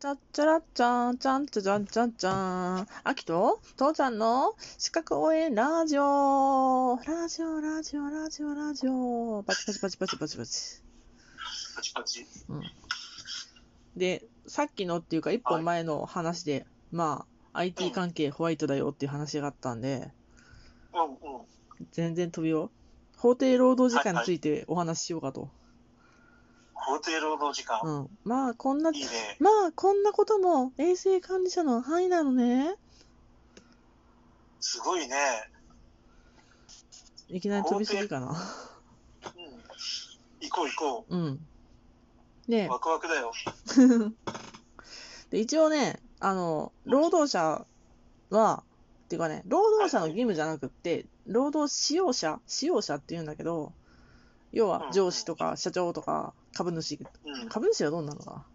チャッチャラッチャーチャンチャチャンチャンチャン。アキと父ちゃんの資格応援ラジオラジオラジオラジオラジオパチパチパチパチパチパチ。パチパチ。で、さっきのっていうか一は本い前の話で、まあ、う IT ん関係ホワイトだよっていう話があったんで、うんうん。全然飛びよう。法定労働時間についてお話ししようかと。法定労働時間。うん。まあ、こんな、いいね。まあ、こんなことも衛生管理者の範囲なのね。すごいね。いきなり飛びすぎかな。うん。行こう行こうん。でう。、ワクワクだよ。で一応ね、あの、労働者は、っていうかね、労働者の義務じゃなくって、労働使用者、使用者っていうんだけど、要うんうはん上司とか社長とか株主、うん。株主はどうなのか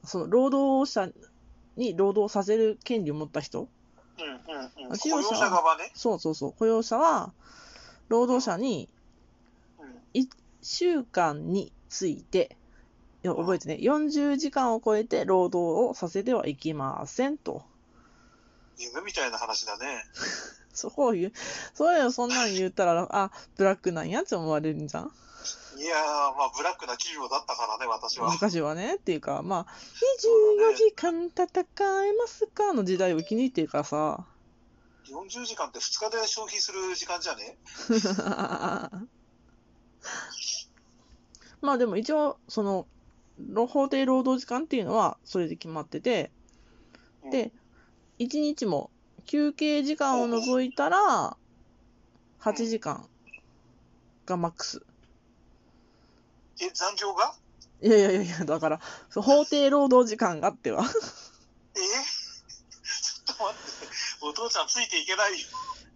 なその労働者に労働させる権利を持った人うんうんうん。あ雇使用用者者側ね。そうそうそう、雇用者は、労働者にうん。週間について、いや覚えてね、40時間を超えて労働をさせてはいけませんと。夢みたいな話だね。そういう、そういうのそんなん言ったら、あ、ブラックなんやって思われるんじゃんいやー、まあ、ブラックな企業だったからね、私は。昔はね。っていうか、まあ、うだね24時間戦えますかの時代を気に入ってるからさ。 40時間って2日で消費する時間じゃねまあでも一応、その、ろ法定労働時間っていうのはそれで決まってて、うんで、1日も休憩時間を除いたら、8時間がマックス。え、残業がいやいやいやいや、だから、そう法定労働時間があっては。 え ちょっと待って。お父ちゃんついていけないよ。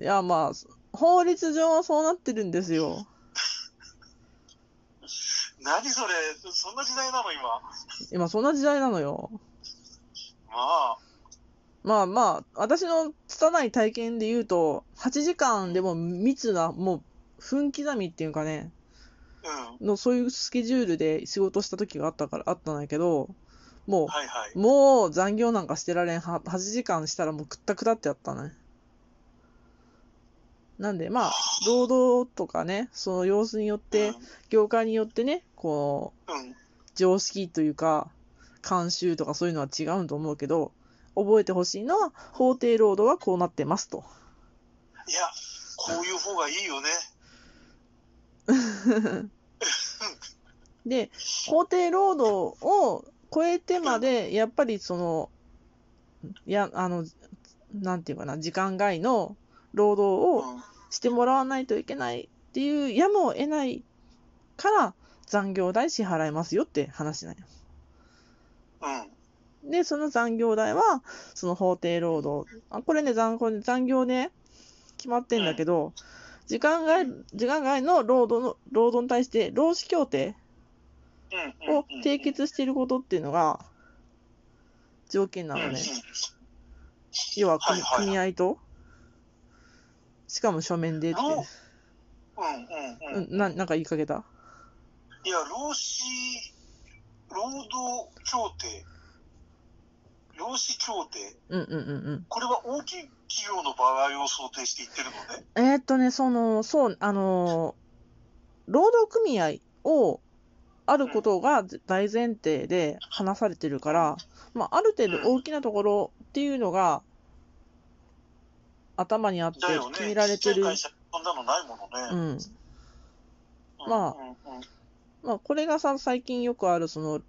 いや、まあ、法律上はそうなってるんですよ。何それ。そんな時代なの、今。ま今、そんな時代なのよ。あ。まあまあ、私の拙い体験で言うと、8時間でも密な、もう、分刻みっていうかね、うん。の、そういうスケジュールで仕事した時があったから、あったんだけど、もはいはい。う、もう残業なんかしてられん。は8時間したらもうくったくたってやったね。なんで、まあ、労働とかね、その様子によって、業界によってね、こう、うん、うん。常識というか、慣習とかそういうのは違うと思うけど、覚えてほしいのは、法定労働はこうなってますと。いや、こういう方がいいよね。で、法定労働を超えてまで、やっぱりその、いや、あの、なんていうかな、時間外の労う働をん。してもらわないといけないっていうやむを得ないから、残業代支払いますよって話なんようん。で、その残業代は、その法定労働。あこれね、残これ残業ね、決まってんだけど、時間外、時間外の労働の、労働に対して、労使協定うん。を締結していることっていうのが、条件なうんのうんね。要ははい組、はい組合と、しかも書面でって。労うんうんうん。うん、な、なんか言いかけたいや、労使、労働協定、労使協定、うんうんうんうん。これは大きい企業の場合を想定していってるのね。えーっとね、その、そう、あのー、労働組合をあることが大前提で話されてるから、まあ、ある程度大きなところっていうのが頭にあってだよね。決められてちっちゃいる。会社、そんなのないものうね。ん。うん、まあうんうんまあ、これがさ、最近よくある、その、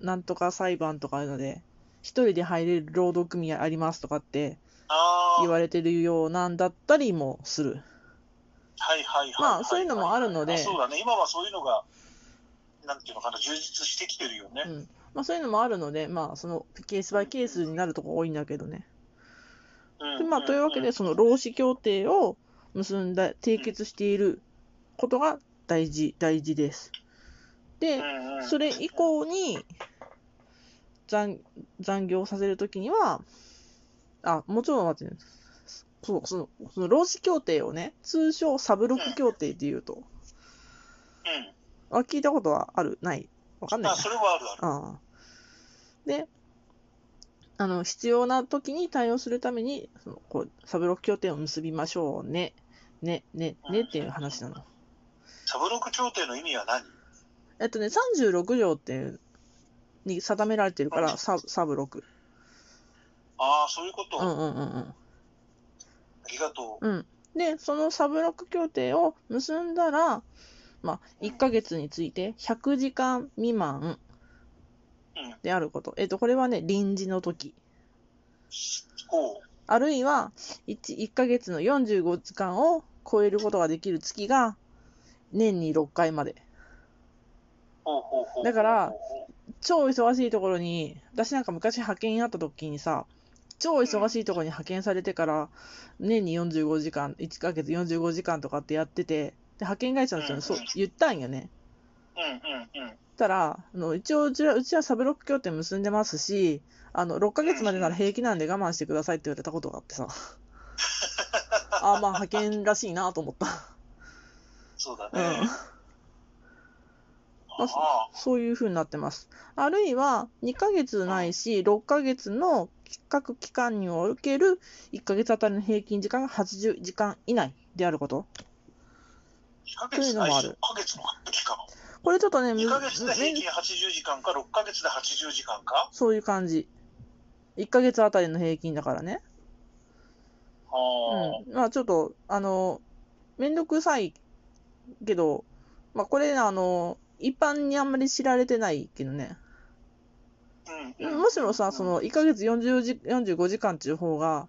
なんとか裁判とかいうので、一人で入れる労働組合ありますとかってあー言われてるようなんだったりもする。はいはいはいはい。まあそういうのもあるのであそうだね。今はそういうのが、なんていうのかな、充実してきてるよね。うんまあ、そういうのもあるので、まあ、そのケースバイケースになるとこ多いんだけどね。うんでまあ、というわけで、んその労使協定を結んだ、締結していることが大事、大事です。うで、んうんそれ以降に残残業させるときには、あ、もちろん待ってね。そう、その、その労使協定をね、通称サブロック協定って言うと、うあ、聞いたことはあるないわかんん。ないまあ、な。それはあるある。ああ。で、あの、必要な時に対応するために、そのこうサブロック協定を結びましょうね、ね、ね、ねっていう話なの。サブロック協定の意味は何えっとね、36条っていうに定められてるから、ササブロック。ああ、そういうこと。うんあうんうんうん。りがとう。うん、で、そのサブロック協定を結んだら、まあ、1ヶ月について100時間未満うんであること。えっと、これはね、臨時の時。おう。あるいは1、1ヶ月の45時間を超えることができる月が、年に6回まで。ほうほうほうほうだから、超忙しいところに、私なんか昔派遣あった時にさ、超忙しいところに派遣されてから、年に45時間、1ヶ月45時間とかってやってて、で派遣会社の人にそう言ったんよね。うんうんうん。たら、あの一応うちら、うちはサブロック協定結んでますし、あの、6ヶ月までなら平気なんで我慢してくださいって言われたことがあってさ。ああ、まあ、派遣らしいなと思った。そうだうんね。。ああ、そういう風になってます。あるいは、2ヶ月ないし、6ヶ月の各期間における1ヶ月あたりの平均時間が80時間以内であること。 1ヶそうい月うのないもあしる6ヶ月の期間。これちょっとね、 2むヶ月で平む均80時間か、6ヶ月で80時間か。そういう感じ。1ヶ月あたりの平均だからね。ああ、うん、まあちょっと、あの、めんどくさいけど、まあこれ、あの、一般にあんまり知られてないけどね。うんうんむしろさ、その1ヶ月40時45時間っていう方が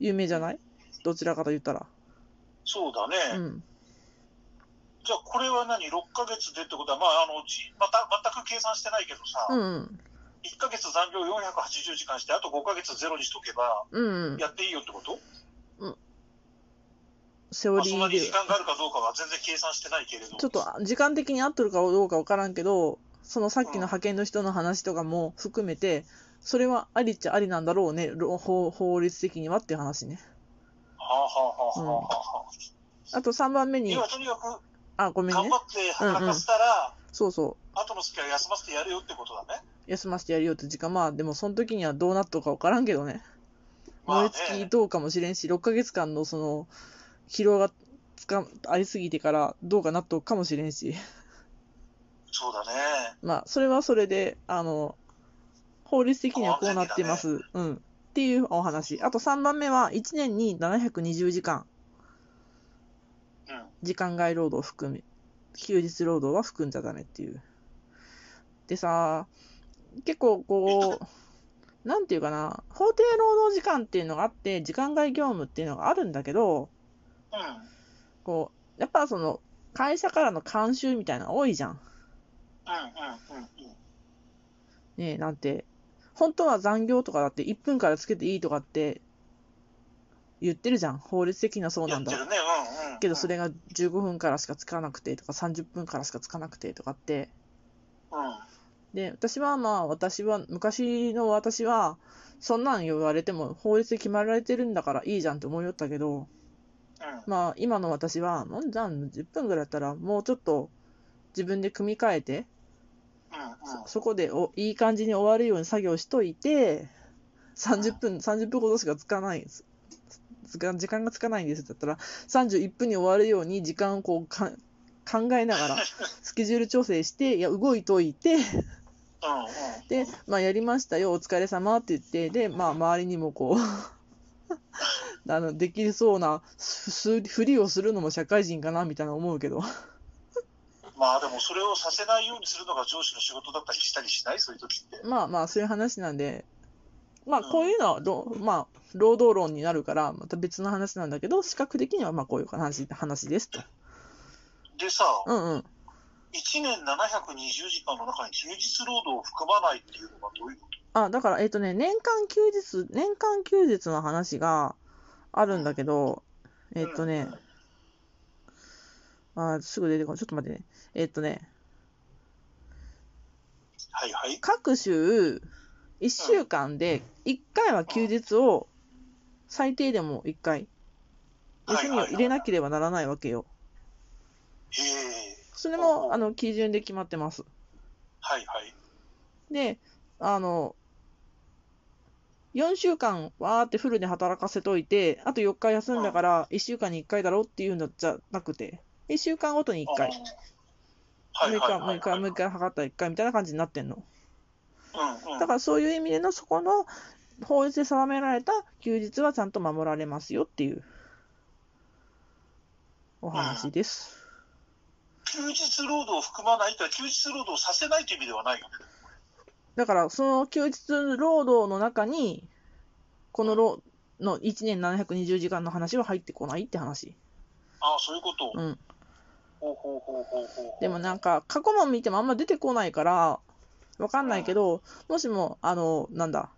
有名じゃないどちらかと言ったら。そうだね。うん。じゃあ、これは何 ?6 ヶ月でってことは、まあ、あの、じまた、全く計算してないけどさ、うんうん。 1ヶ月残業480時間して、あと5ヶ月ゼロにしとけば、うんうん。やっていいよってこと、セオまあ、リそんなーでに時。間があるかどうかは全然計算してないけれど。ちょっと時間的に合っとるかどうかわからんけど、そのさっきの派遣の人の話とかも含めて、それはありっちゃありなんだろうね、ろ法法律的にはっていう話ね。はあはあはあはあはあ、あと3番目に今、とにかくあ、ごめん頑ね張。って働かせたら、そうそう。後の月は休ませてやるよってことだね。休ませてやるよって時間、まあでもその時にはどうなっとるか分からんけどね、まあ燃ねえ、尽きどうかもしれんし、6ヶ月間のその疲労がつかありすぎてからどうかなっとるかもしれんし、そうだね。まあそれはそれで、あの、法律的にはこうなってます。うん。っていうお話。あと3番目は、1年に720時間、うん。時間外労働を含め、休日労働は含んじゃダメっていう。でさ、結構こう、なんていうかな、法定労働時間っていうのがあって、時間外業務っていうのがあるんだけど、うん。こう、やっぱその、会社からの慣習みたいなの多いじゃん。うんうんうんうん。ねえ、なんて、本当は残業とかだって1分からつけていいとかって言ってるじゃん。法律的にはそうなやっんてだる。ね。うんうん。けどそ。れが15分からしかつかなくてとか30分からしかつかなくてとかって、うん。で、私はまあ、私は、昔の私は、そんなん言われても法律で決まられてるんだからいいじゃんって思いよったけど、うん。まあ、今の私は、もんじゃん、10分ぐらいだったら、もうちょっと自分で組み替えて、うんうん。そそこでおいい感じに終わるように作業しといて、30分、30分ほどしかつかないんです。つか時間がつかないんですだったら、31分に終わるように時間をこうか考えなが ら、スケジュール調整して、いや、動いといて、うんうん。で、まあ、やりましたよ、お疲れ様って言って、で、まあ、周りにもこ うあの、できそうなふふふりをするのも社会人かなみたいな思うけど、まあでもそれをさせないようにするのが上司の仕事だったりしたりしないそういう時って。まあまあ、そういう話なんで、まあ、こういうのはろ、まあ、労働論になるから、また別の話なんだけど、視覚的にはまあこういう話話ですと。でさ、うんうん。 1年720時間の中に休日労働を含まないっていうのはどういうこあ、だから、えっ、とね、年間休日、年間休日の話があるんだけど、とえっ、とね、あすぐ出てこない。ちょっと待ってね。えっ、とね、はいはい。各週1週間で1回は休日を最低でも1回休みを入れなければならないわけよ。へえ。それうんうんもあの基準で決まってます。はいはい。で、あの、 4週間わーってフルで働かせといて、あと4日休んだから1週間に1回だろっていうんじゃなくて、1週間ごとに1回、あー。はい6はい日、は6日、いはい。 6日測ったら1回みたいな感じになってんの。うんうん。だからそういう意味でのそこの法律で定められた休日はちゃんと守られますよっていうお話です。休日労働を含まないとは休日労働をさせないという意味ではないよね。だからその休日労働の中に、この労の1年720時間の話は入ってこないって話。ああ、そういうこと。うん。ほうほうほうほうほうほう。でもなんか過去問見てもあんま出てこないから、わかんないけど、もしも、あの、なんだ、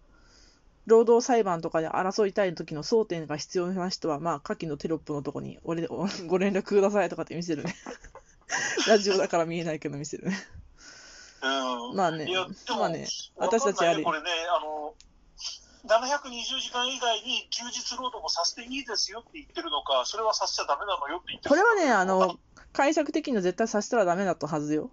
労働裁判とかで争いたい時の争点が必要な人は、まあ、下記のテロップのとこに、俺、 おご連絡くださいとかって見せるね。 ラジオだから見えないけど見せるね。うん。まあねいや、でも、まあね私たちあれわかんないねこれね、あの、720時間以外に休日労働もさせていいですよって言ってるのか、それはさせちゃダメなのよって言って こるれのかはね、あの、解釈的には絶対させたらダメだったはずよ。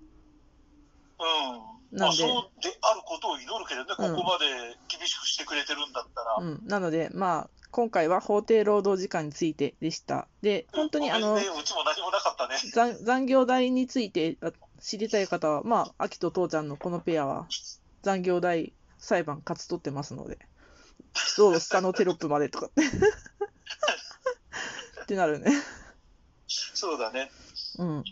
うん。なんでまあ、そうであることを祈るけどね、こうんこまで厳しくしてくれてるんだったら。うん。なので、まあ、今回は法定労働時間についてでした。で、本当にあごのめん、ねうちも何もなかったね。残残業代についてあ知りたい方は、まあ、秋と父ちゃんのこのペアは残業代裁判勝ち取ってますので、どうぞ下のテロップまでとか って。ってなるね。そうだね。うん。うん。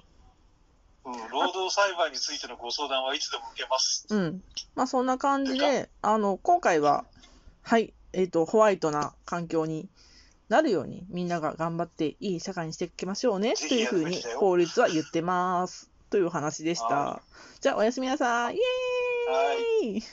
労働裁判についてのご相談はいつでも受けます。うん。まあ、そんな感じで、あの、今回は、はい、えっ、と、ホワイトな環境になるように、みんなが頑張っていい社会にしていきましょうね、ぜとひいうやふるうべにきだよ法律は言ってます。というお話でしはた。じゃあ、おやすみなさい。イエーイはい。